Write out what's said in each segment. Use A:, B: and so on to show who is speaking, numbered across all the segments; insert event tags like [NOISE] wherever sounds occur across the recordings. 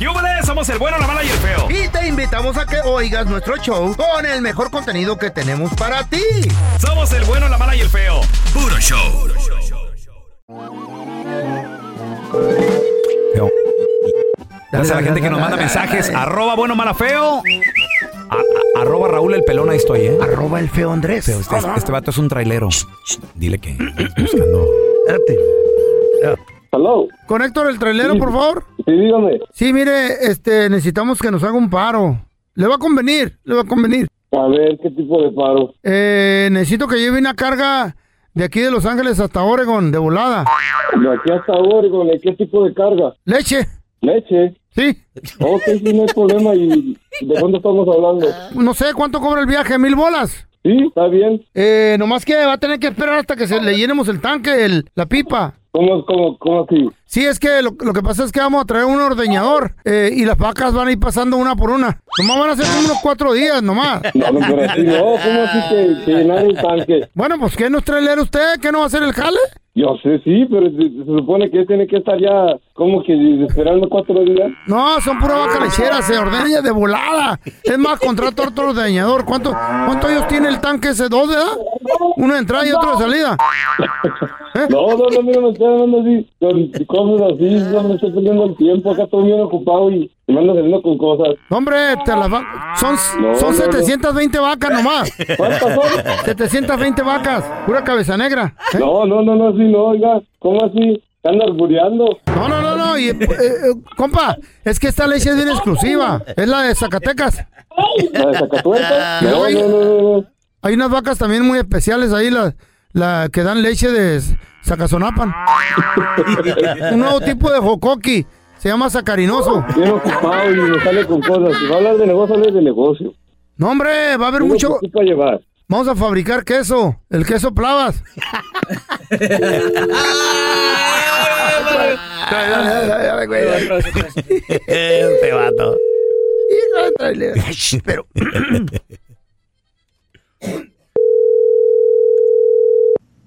A: ¡Yúbales! Somos el bueno, la mala y el feo.
B: Y te invitamos a que oigas nuestro show con el mejor contenido que tenemos para ti.
A: Somos el bueno, la mala y el feo. Puro show. Gracias a la gente que nos manda mensajes. Arroba bueno, mala, feo. A- a- arroba Raúl el pelón, ahí estoy, ¿eh?
B: Arroba el feo Andrés.
A: Feo, este, este vato es un trailero. Dile que estás buscando.
B: Espérate.
C: Hello.
B: Con Héctor el trailero, por favor.
C: Sí, dígame.
B: Sí, mire, este, necesitamos que nos haga un paro. Le va a convenir, le va a convenir.
C: A ver, ¿qué tipo de paro?
B: Eh, necesito que lleve una carga de aquí de Los Ángeles hasta Oregon, de volada.
C: De aquí hasta Oregon, ¿qué tipo de carga?
B: Leche,
C: Leche.
B: sí.
C: Ok, sí, no hay problema. ¿Y de cuándo estamos hablando?
B: No sé cuánto cobra el viaje, mil bolas.
C: Sí, está bien.
B: Eh, nomás que va a tener que esperar hasta que se le llenemos el tanque, el- la pipa.
C: ¿Cómo, cómo, cómo así?
B: Sí, es que lo, lo que pasa es que vamos a traer un ordeñador eh, y las vacas van a ir pasando una por una. Nomás van a ser como unos cuatro días nomás.
C: No, no, pero así no. ¿Cómo así que, que llenar el tanque?
B: Bueno, pues ¿qué nos trae leer usted? ¿Qué nos va a hacer el jale?
C: Yo sé, sí, pero se, se supone que tiene que estar ya como que esperando cuatro días.
B: No, son puras vacas lecheras, se ordeña de volada. Es más, contrato a otro ordeñador. ¿Cuánto, ¿Cuánto ellos tiene el tanque ese? ¿Dos, verdad? Uno de entrada y otro de salida.
C: No, no, no, mira, me estoy hablando así con cosas así. No me estoy perdiendo el tiempo. Acá estoy bien ocupado y me ando saliendo con cosas.
B: Hombre, te las va- son,
C: No, no,
B: son
C: no.
B: 720 vacas nomás.
C: ¿Cuántas son?
B: 720 vacas, pura cabeza negra. ¿eh?
C: No, no, no, no, sí, no, oiga, ¿cómo así? ¿Están arbureando?
B: No, no, no, no. Y, eh, eh, compa, es que esta leche es bien exclusiva. Es la de Zacatecas.
C: ¿La de
B: [LAUGHS]
C: Zacatuerta?
B: Pero,
C: No,
B: oye.
C: no, no, no, no.
B: Hay unas vacas también muy especiales ahí, la, la que dan leche de Zacazonapan. Un nuevo tipo de jocoqui. Se llama sacarinoso.
C: Bien ocupado y me sale con cosas. Si va a hablar de negocio, hable de negocio.
B: No, hombre, va a haber
C: ¿Qué
B: mucho.
C: ocupa llevar?
B: Vamos a fabricar queso. El queso plavas. Dale, dale, dale, dale, dale, güey, dale.
A: Este vato.
B: Hijo de trailer. Pero.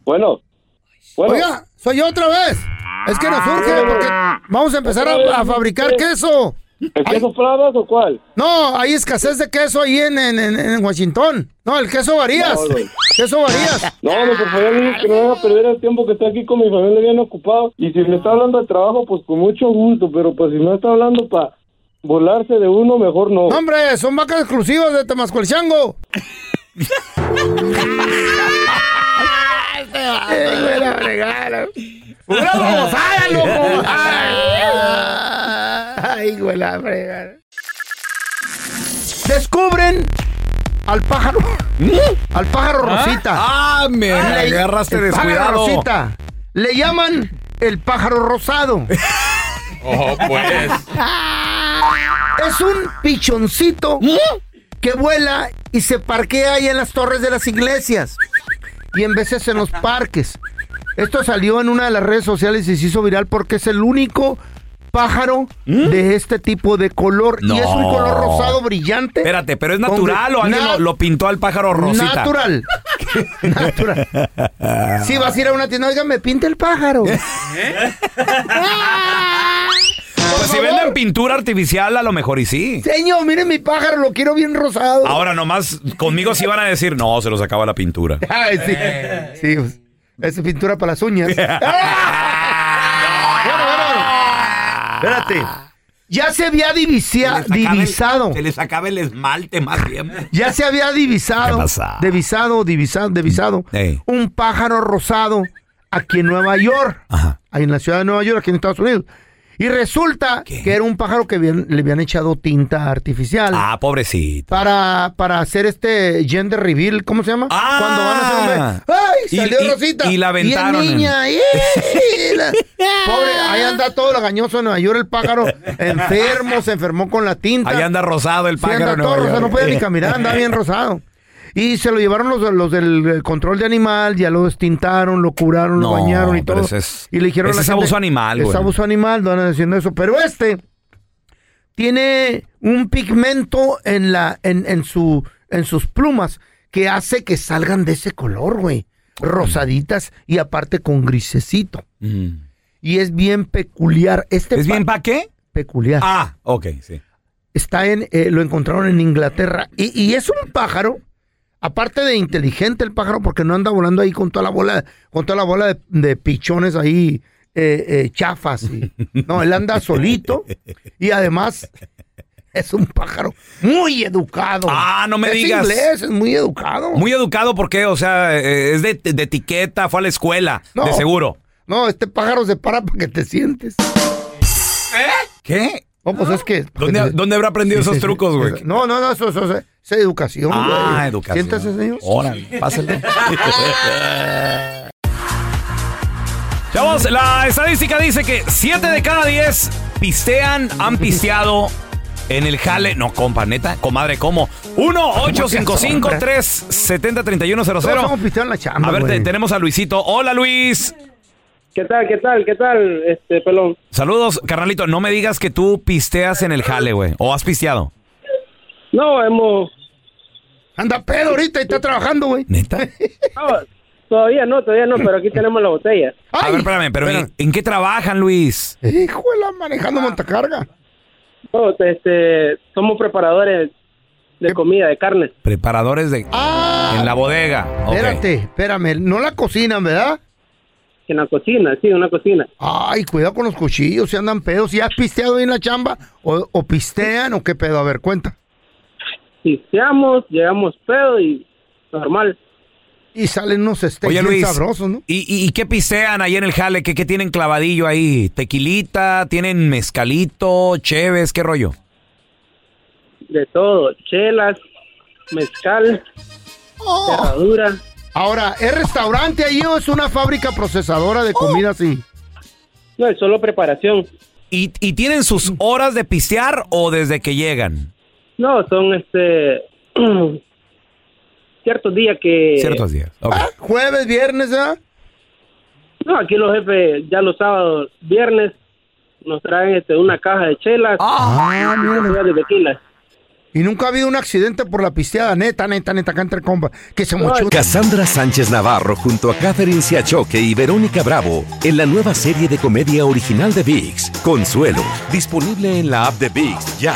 C: Bueno, bueno,
B: Oiga, soy yo otra vez. Es que nos surge porque vamos a empezar a, a fabricar queso.
C: ¿el queso Flavas o cuál?
B: No, hay escasez de queso ahí en, en, en- en Washington. No, el queso varías.
C: No, güey.
B: queso
C: [LAUGHS]
B: varías.
C: No, no, por favor, niño, que no me haga perder el tiempo que estoy aquí con mi familia bien ocupado. Y si me está hablando de trabajo, pues con mucho gusto, pero pues si no está hablando para volarse de uno, mejor no.
B: No, hombre, son vacas exclusivas de Tamascolchango. ¡Una babosada, loco! ¡Ay, güey, la fregada! Descubren al pájaro. Al pájaro Rosita.
A: Ah, me
B: Le-
A: agarraste
B: el pájaro
A: descuidado.
B: Rosita. Le llaman el pájaro rosado.
D: Oh, pues.
B: [LAUGHS] Es un pichoncito que vuela y se parquea ahí en las torres de las iglesias y en veces en los parques. Esto salió en una de las redes sociales y se hizo viral porque es el único pájaro de este tipo de color y es un
A: No.
B: color rosado brillante.
A: Espérate, pero es
B: Con-
A: natural o alguien
B: Na-
A: lo, lo pintó al pájaro rosita.
B: [LAUGHS] Natural. Natural. Si vas a ir a una tienda, oiga, me pinta el pájaro.
A: Pues si
B: favor.
A: venden pintura artificial, a lo mejor y sí.
B: Señor, miren mi pájaro, lo quiero bien rosado.
A: Ahora nomás conmigo sí van a decir, no, se los acaba la
B: [LAUGHS]
A: pintura.
B: Ay, sí. Sí, pues, es pintura para las uñas. Ah, Bueno, bueno, bueno. Espérate. Ya se había divisia- divisado.
A: se les acaba el esmalte más bien.
B: Ya se había divisado.
A: ¿Qué pasa?
B: Divisado, divisado, divisado.
A: Ey.
B: Un pájaro rosado aquí en Nueva York.
A: Ajá.
B: Ahí en la ciudad de Nueva York, aquí en Estados Unidos. Y resulta
A: ¿Qué?
B: que era un pájaro que habían- le habían echado tinta artificial.
A: Ah, pobrecito.
B: Para, para hacer este gender reveal, ¿cómo se llama?
A: Ah.
B: Cuando van a hacer un
A: Y-
B: ¡Ay! Salió
A: y-
B: Rosita.
A: y la
B: es
A: aventaron.
B: niña.
A: [LAUGHS]
B: ¡eh! Y la- Pobre, ahí anda todo lagañoso en Nueva York, el
A: [LAUGHS]
B: pájaro enfermo, se enfermó con la tinta.
A: Ahí anda rosado el
B: Sí, anda
A: pájaro. en
B: todo
A: Nueva
B: rosado, no
A: York. Eh.
B: podía ni caminar, andaba
A: [LAUGHS]
B: bien rosado. Y se lo llevaron los, los del eh, control de animal, ya lo extintaron, lo curaron,
A: No,
B: lo bañaron y
A: pero
B: todo.
A: ese es-
B: y le dijeron a
A: ese
B: la
A: es
B: gente,
A: abuso animal,
B: Es
A: güey.
B: abuso animal, no andan diciendo eso. Pero este tiene un pigmento en la, en, en su, en sus plumas que hace que salgan de ese color, güey. Rosaditas y aparte con grisecito.
A: Mm.
B: Y es bien peculiar. Este
A: ¿Es
B: pa-
A: bien pa' qué?
B: peculiar
A: Ah, ok, sí.
B: está en, eh, lo encontraron en Inglaterra. Y, y es un pájaro, aparte de inteligente el pájaro, porque no anda volando ahí con toda la bola, con toda la bola de, de pichones ahí eh, eh, chafas. y- no,
A: [LAUGHS]
B: él anda solito y además es un pájaro muy educado.
A: Ah, no me
B: Es
A: digas.
B: inglés, es muy educado.
A: Muy educado porque, o sea, eh, es de, de etiqueta, fue a la escuela,
B: No.
A: de seguro.
B: No, este pájaro se para para que te sientes.
A: ¿Qué?
B: No, ¿Eh? pues es que.
A: ¿Dónde, dónde habrá aprendido esos trucos, güey?
B: No, no, no, eso, eso, eso es educación.
A: Ah,
B: güey.
A: educación.
B: Siéntese, señor.
A: Órale, pásale. [LAUGHS] Chavos, la estadística dice que 7 de cada 10 pistean, han pisteado en el jale. No, compa, neta, comadre, ¿cómo? 1-855-370-3100.
B: Todos somos pisteados en la chamba,
A: A ver, te-
B: güey.
A: tenemos a Luisito. Hola, Luis.
C: ¿Qué tal, qué tal, qué tal, este pelón?
A: Saludos, carnalito. No me digas que tú pisteas en el jale, güey. ¿O has pisteado?
C: No, hemos...
B: Anda pedo ahorita
A: Eh.
B: y está trabajando, güey. [LAUGHS]
A: ¿Neta?
C: no, todavía no, todavía no, pero aquí tenemos la botella.
A: A
B: Ay,
A: ver, espérame, pero Ah. ¿en,
B: espérame.
A: en qué trabajan, Luis?
B: Hijo de la manejando montacarga.
C: No, este, somos preparadores de comida, de carne.
A: Preparadores de...
B: Ah,
A: En la bodega. Ok.
B: espérate, espérame. No la cocinan, ¿verdad?
C: En la cocina, sí, en una cocina.
B: Ay, cuidado con los cuchillos, si andan pedos. Si has pisteado ahí en la chamba, o, o pistean, o qué pedo. A ver, cuenta.
C: Pisteamos, llegamos pedo y normal.
B: Y salen unos steaks
A: Oye,
B: bien
A: Luis.
B: sabrosos, ¿no?
A: ¿y, y, y qué pistean ahí en el jale? ¿Qué, qué tienen clavadillo ahí? ¿Tequilita? ¿Tienen mezcalito? ¿Cheves? ¿Qué rollo?
C: De todo, chelas, mezcal, cerradura.
B: Ahora, ¿es restaurante ahí o es una fábrica procesadora
A: Oh.
B: de comida así?
C: No, es solo preparación.
A: ¿Y, y tienen sus horas de pistear o desde que llegan?
C: No, son este [CLEARS THROAT] ciertos días que
A: Ciertos días. Ok.
B: Ah, Jueves, viernes, ¿ah?
C: no aquí los jefes ya los sábados, viernes nos traen este una caja de chelas,
B: Ah,
C: y una
B: mira.
C: botella de tequila.
B: Y nunca ha habido un accidente por la pisteada, neta, neta, neta, acá entre compas. Que se
C: No,
B: mochó.
E: Cassandra Sánchez Navarro junto a Catherine Siachoque y Verónica Bravo en la nueva serie de comedia original de VIX, Consuelo, disponible en la app de VIX ya.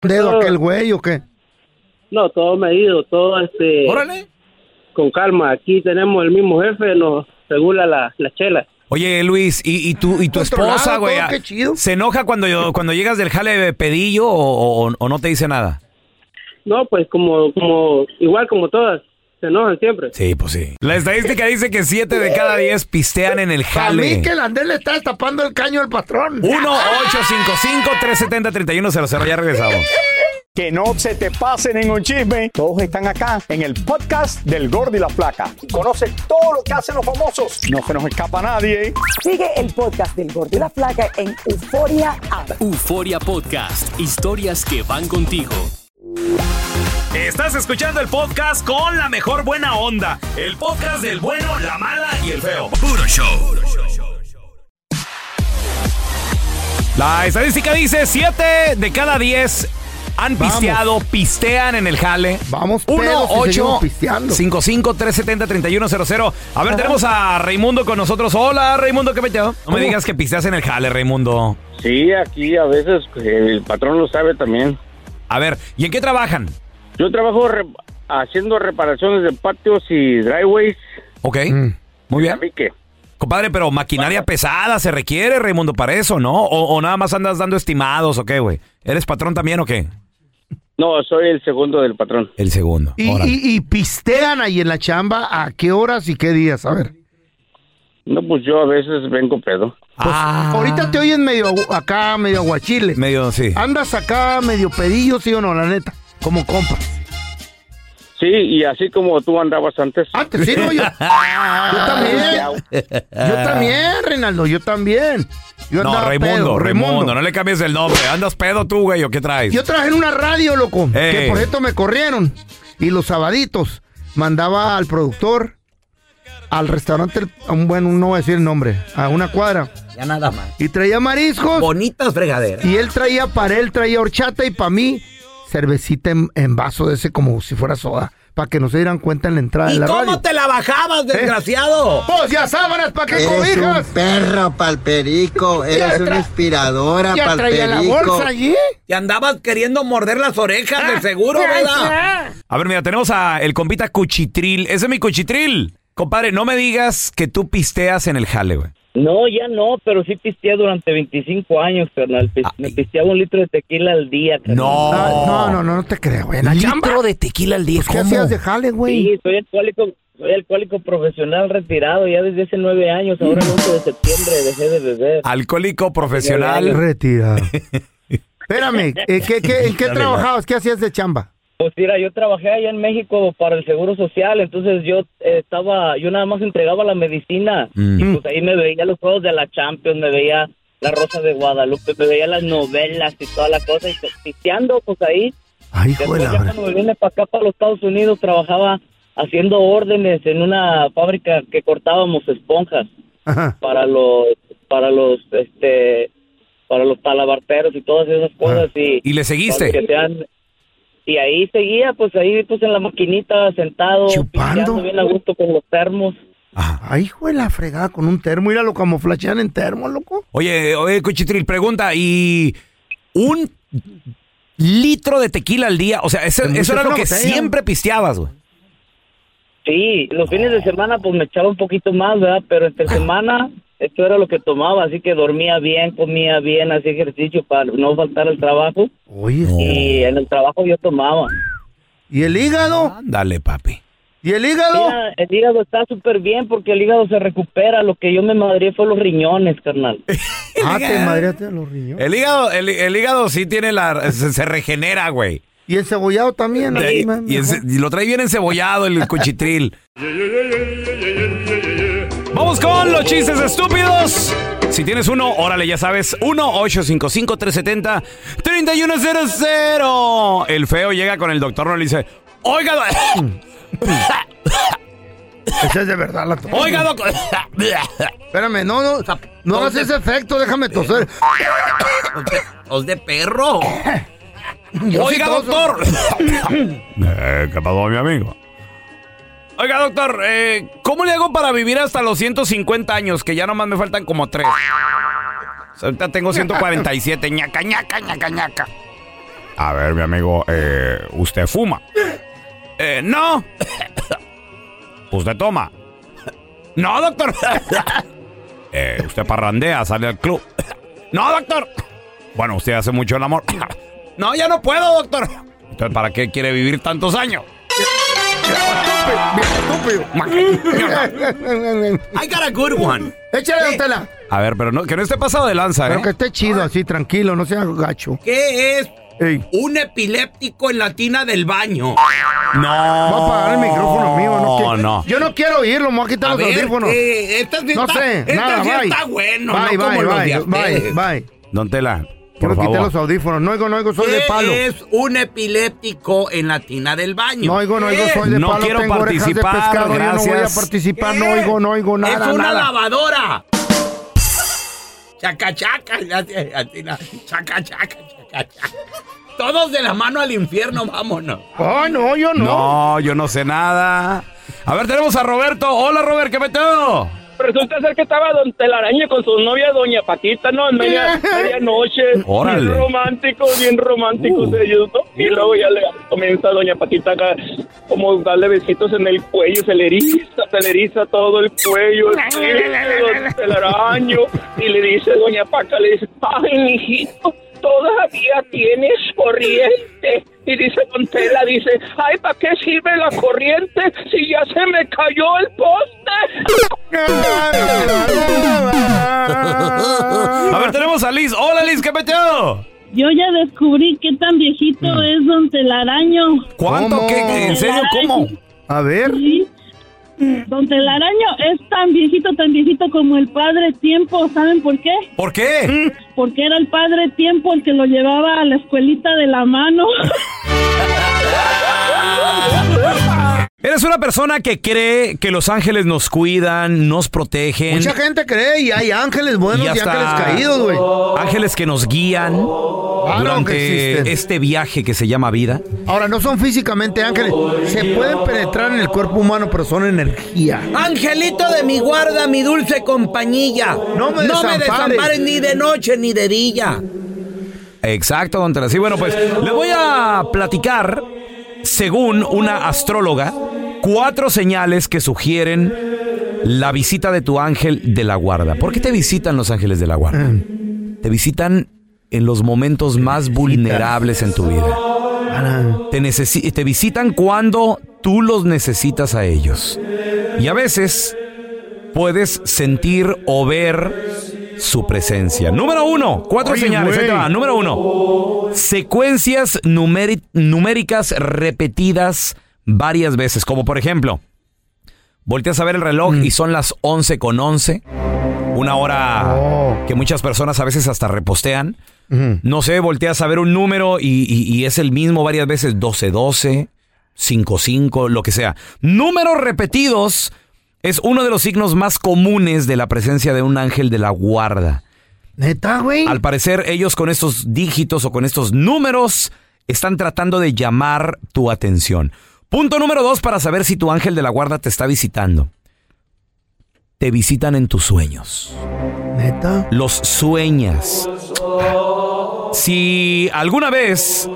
B: un dedo aquel güey o qué?
C: No, todo medido, todo este
A: Órale.
C: con calma. Aquí tenemos el mismo jefe nos regula la, la chela.
A: Oye, Luis, ¿y, y tu, y tu
B: Controlado
A: esposa,
B: todo,
A: güey?
B: qué chido.
A: ¿Se enoja cuando, yo- cuando llegas del jale de pedillo o, o- o no te dice nada?
F: No, pues como, como, igual como todas, se enojan siempre.
A: Sí, pues sí. La estadística dice que 7 de cada 10 pistean en el
B: A mí
A: jale.
B: que el Andrés le está tapando el caño al patrón.
A: 1-855-370-3100. Ya regresamos.
G: Que no se te pase ningún chisme. Todos están acá en el podcast del Gordi y la Flaca. Y conoce todo lo que hacen los famosos. No se nos escapa nadie.
H: Sigue el podcast del Gordo y la Flaca en Euforia App.
I: Euforia Podcast, historias que van contigo.
A: Estás escuchando el podcast con la mejor buena onda. El podcast del bueno, la mala y el feo. Puro show. La estadística dice 7 de cada 10 han
B: Vamos.
A: pisteado, pistean en el jale.
B: Vamos, pedos,
A: 1
B: y seguimos pisteando.
A: 55 370 3100 A ver, tenemos a Raimundo con nosotros. Hola, Raimundo, ¿qué peteo? No me digas que pisteas en el jale, Raimundo.
J: Sí, aquí a veces eh, el patrón lo sabe también.
A: A ver, ¿y en qué trabajan?
J: Yo trabajo re- haciendo reparaciones de patios y driveways.
A: Ok,
B: Mm.
A: muy bien. Compadre, pero maquinaria pesada se requiere, Raimundo, para eso, ¿no? O, o nada más andas dando estimados, ¿o qué, güey? ¿Eres patrón también o qué?
J: No, soy el segundo del patrón.
A: El segundo.
B: Y, pues, y- y pistean ahí en la chamba a qué horas y qué días. A ver.
J: No, pues yo a veces vengo pedo.
B: Ahorita Ah, te oyen medio agu- acá, medio aguachile.
A: Ah. Medio, sí.
B: Andas acá medio pedillo, sí o no, la neta. Como compas.
J: Sí, y así como tú andabas antes.
B: Antes, sí,
A: [LAUGHS]
B: no, yo. yo también. Yo también, Reinaldo, yo también. Yo
A: no,
B: andaba
A: Raimundo,
B: pedo,
A: Raimundo, no le cambies el nombre. ¿Andas pedo tú, güey, o qué traes?
B: Yo trabajé en una radio, loco,
A: Ey.
B: que por esto me corrieron. Y los sabaditos mandaba al productor, al restaurante, el- a un buen, no voy a decir el nombre, a una cuadra.
K: Ya nada más.
B: Y traía mariscos.
K: Bonitas fregaderas.
B: Y él traía para él, traía horchata y para mí, cervecita en, en vaso de ese como si fuera soda. Para que no se dieran cuenta en la entrada de
K: ¿Y
B: la
K: cómo
B: radio. Eh.
K: te la bajabas, desgraciado?
B: Pues ya sábanas, ¿para qué
K: Eres
B: cobijas?
K: un
B: perro, palperico.
K: eres
B: una
K: inspiradora,
B: Ya traía la bolsa allí.
K: Te andabas queriendo morder las orejas,
B: Ah,
K: de seguro, ¿verdad?
A: A ver, mira, tenemos a el compita Cuchitril. Ese es mi Cuchitril. Compadre, no me digas que tú pisteas en el jale, güey.
L: No, ya no, pero sí pisteé durante 25 años, carnal.
A: Ah,
L: Pis- Me pisteaba un litro de tequila al día. carnal.
K: Oh.
B: Ah, no, no, no, no te creo, güey. ¿En la chamba? Pues,
K: de tequila al día.
B: ¿Qué hacías de jale, güey?
L: Sí, soy alcohólico, soy alcohólico profesional retirado ya desde hace nueve años. Ahora el 8 de septiembre dejé de beber.
A: Eh, Alcohólico profesional.
B: Retirado. Espérame, ¿eh, qué, qué- en qué
L: Dale,
B: trabajabas? ¿Qué hacías de chamba?
L: Pues mira, yo trabajé allá en México para el Seguro Social, entonces yo eh, estaba, yo nada más entregaba la medicina
M: Mm.
L: y pues ahí me veía los juegos de la Champions, me veía la Rosa de Guadalupe, me veía las novelas y toda la cosa y pues, pisteando pues ahí.
B: Ay,
L: Después ya cuando me vine para acá, para los Estados Unidos, trabajaba haciendo órdenes en una fábrica que cortábamos esponjas para los, para los, este, para los talabarteros y todas esas cosas y...
A: ¿Y le seguiste?
L: para que sean- y ahí seguía, pues ahí pues en la maquinita, sentado, pisteando bien a gusto con los termos.
B: Ay, Ah, hijo de la fregada con un termo. Míralo como flashean en termo, loco.
A: Oye, oye, Cuchitril, pregunta, ¿y un litro de tequila al día? O sea, ese-
L: Es
A: eso,
B: Pues,
L: mucho,
A: era
L: es
A: lo
L: una
A: que
L: botella.
A: siempre pisteabas, güey.
L: Sí, los fines de semana pues me echaba un poquito más, ¿verdad? Pero entre semana esto era lo que tomaba, así que dormía bien, comía bien, hacía ejercicio para no faltar al trabajo.
B: Oye.
L: Y en el trabajo yo tomaba.
B: ¿Y el hígado?
A: Dale, papi.
B: ¿Y el hígado?
L: Mira, el hígado está súper bien porque el hígado se recupera. Lo que yo me madré fue los riñones, carnal.
B: Ah, te madreaste a los riñones.
A: El hígado, el, el hígado sí tiene la... se, se regenera, güey.
B: Y el cebollado también.
A: De-
B: así, man,
A: Eh, y, el ce- y lo trae bien encebollado el Cuchitril. Vamos con los chistes estúpidos. Si tienes uno, órale, ya sabes, 1-855-370-3100. El feo llega con el doctor, no le dice, oiga, do- [CLEARS THROAT]
B: Esa es de verdad la tos.
A: oiga, doc- [LAUGHS]
B: Espérame, no, no. No hagas ese efecto, déjame toser.
K: Os de
A: [COUGHS]
K: perro.
B: Yo sí
K: Oiga,
B: toso.
K: doctor.
A: Eh, ¿Qué pasó, mi amigo? Oiga, doctor, eh, ¿cómo le hago para vivir hasta los 150 años? Que ya nomás me faltan como 3. Ahorita tengo 147, ñaca, ñaca, ñaca, ñaca. A ver, mi amigo, eh, ¿usted fuma? Eh, no. ¿Usted toma? No, doctor. [LAUGHS] Eh, usted parrandea, sale al club. No, doctor. Bueno, usted hace mucho el amor. [COUGHS] No, ya no puedo, doctor. Entonces, ¿para qué quiere vivir tantos años? I got a good one.
B: Échale, don Tela.
A: A ver, pero no, que no esté pasado de lanza,
B: Pero
A: ¿eh?
B: que esté chido así, tranquilo, no sea gacho.
N: ¿Qué es
B: Ey.
N: un epiléptico en la tina del baño?
A: No.
B: Voy a apagar el micrófono mío, no. quiero-
A: no.
B: Yo no quiero oírlo, me voy a quitar
N: A
B: los
N: ver,
B: audífonos.
N: eh, esta sí
B: no
N: está-
B: sé,
N: esta
B: nada,
N: sí
B: bye.
N: está bueno,
B: bye,
N: no
B: bye,
N: como los
B: bye,
N: de
B: bye,
N: ustedes.
B: bye.
A: Don Tela,
B: Yo
A: por
B: me quité
A: favor.
B: los audífonos. No oigo, no oigo, soy de
N: ¿Qué
B: palo.
N: es un epiléptico en la tina del baño?
B: No oigo, no oigo,
N: ¿Qué?
B: soy de
A: No
B: palo.
A: quiero
B: tengo orejas de
A: participar,
B: pescado, Yo no voy a
A: gracias.
B: participar, no oigo, no oigo nada.
N: es una
B: nada.
N: lavadora. Chaca, chaca, ya sé, así la- chaca, chaca, chaca, chaca. Todos de la mano al infierno, vámonos.
B: Ah, no, yo no.
A: No, yo no sé nada. A ver, tenemos a Roberto. Hola, Robert, ¿qué metido?
C: Resulta ser que estaba Don Telaraña con su novia Doña Paquita, ¿no? En media, medianoche.
A: Órale.
C: Bien románticos, bien románticos ellos, ¿no? Y luego ya le comienza Doña Patita acá como darle besitos en el cuello, se le eriza, se le eriza todo el cuello, el Don Telaraño. Y le dice Doña Paca, le dice, ay, mijito, todavía tienes corriente. Y dice Don Tela, dice, ay, ¿para qué sirve la corriente si ya se me cayó el poste?
A: A ver, tenemos a Liz. Hola, Liz, ¿qué metido?
L: Yo ya descubrí qué tan viejito es Don Telaraño.
A: ¿Cuánto? ¿Cómo? ¿Qué? ¿En serio? ¿Cómo?
B: A ver.
L: Sí. Don Telaraño es tan viejito, tan viejito como el Padre Tiempo. ¿Saben por qué?
A: ¿Por qué?
L: Porque era el Padre Tiempo el que lo llevaba a la escuelita de la mano.
B: Mm.
A: Eres una persona que cree que los ángeles nos cuidan, nos protegen.
B: Mucha gente cree y hay ángeles buenos
A: Y
B: y,
A: hasta-
B: ángeles caídos, güey.
A: Ángeles que nos guían
B: que existen.
A: durante este viaje que se llama vida.
B: Ahora, no son físicamente ángeles. Se pueden penetrar en el cuerpo humano, pero son energía.
N: Angelito de mi guarda, mi dulce compañía.
B: No me desampares.
N: desampares ni de noche ni de día.
A: Exacto, don Tela. Sí, bueno, pues les voy a platicar, según una astróloga, cuatro señales que sugieren la visita de tu ángel de la guarda. ¿Por qué te visitan los ángeles de la guarda?
N: Mm.
A: Te visitan en los momentos más vulnerables en tu vida. Te, necesi- te visitan cuando tú los necesitas a ellos. Y a veces puedes sentir o ver su presencia. Número uno, cuatro
B: Oye,
A: señales. ahí te
B: güey.
A: va. Número uno, secuencias numeri- numéricas repetidas varias veces. Como por ejemplo, volteas a ver el reloj y son las 11 con 11. Una hora que muchas personas a veces hasta repostean. No sé, volteas a ver un número y, y- y es el mismo varias veces, 12-12, 5-5, lo que sea. Números repetidos es uno de los signos más comunes de la presencia de un ángel de la guarda.
B: Neta, güey.
A: Al parecer, ellos con estos dígitos o con estos números están tratando de llamar tu atención. Punto número dos para saber si tu ángel de la guarda te está visitando. Te visitan en tus sueños.
B: Neta.
A: Los sueñas. Si alguna vez,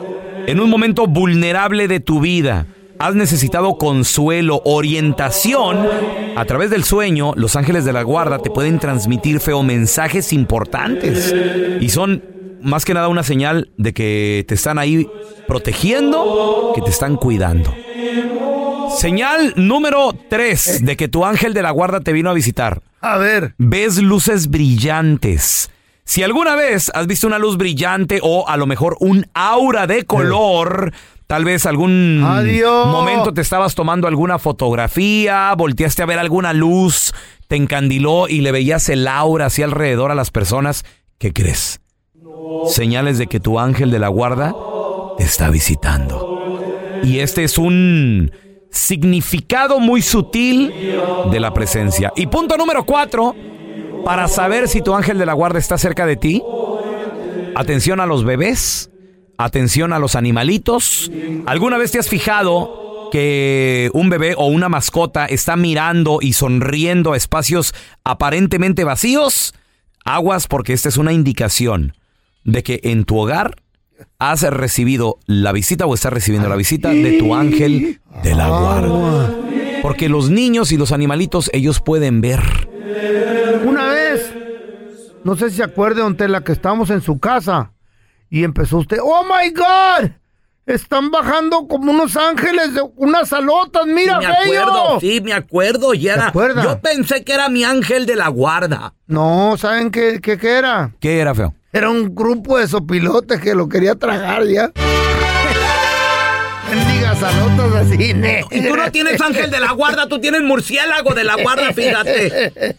A: en un momento vulnerable de tu vida, has necesitado consuelo, orientación, a través del sueño, los ángeles de la guarda te pueden transmitir feo mensajes importantes. Y son más que nada una señal de que te están ahí protegiendo, que te están cuidando. Señal número 3 de que tu ángel de la guarda te vino a visitar.
B: A ver.
A: Ves luces brillantes. Si alguna vez has visto una luz brillante o a lo mejor un aura de color, tal vez algún
B: Adiós.
A: Mm. momento te estabas tomando alguna fotografía, volteaste a ver alguna luz, te encandiló y le veías el aura así alrededor a las personas, ¿qué crees? Señales de que tu ángel de la guarda te está visitando. Y este es un significado muy sutil de la presencia. Y punto número cuatro, para saber si tu ángel de la guarda está cerca de ti, atención a los bebés, atención a los animalitos. ¿Alguna vez te has fijado que un bebé o una mascota está mirando y sonriendo a espacios aparentemente vacíos? Aguas porque esta es una indicación de que en tu hogar has recibido la visita o estás recibiendo la visita de tu ángel de la guarda. Porque los niños y los animalitos, ellos pueden ver.
B: Una vez No sé si se acuerde, don Tela, que estábamos en su casa y empezó usted, ¡Oh, my God! Están bajando como unos ángeles, de unas alotas, mira,
K: me
B: bello".
K: acuerdo, sí, me acuerdo. Y era,
B: acuerdas?
K: yo pensé que era mi ángel de la guarda.
B: No, ¿saben qué, qué, qué era?
A: ¿Qué era, feo?
B: Era un grupo de sopilotes que lo quería
K: [LAUGHS]
B: tragar ya. Bendigas alotas así, ne.
K: Y tú no tienes ángel de la guarda, tú tienes murciélago de la guarda, fíjate.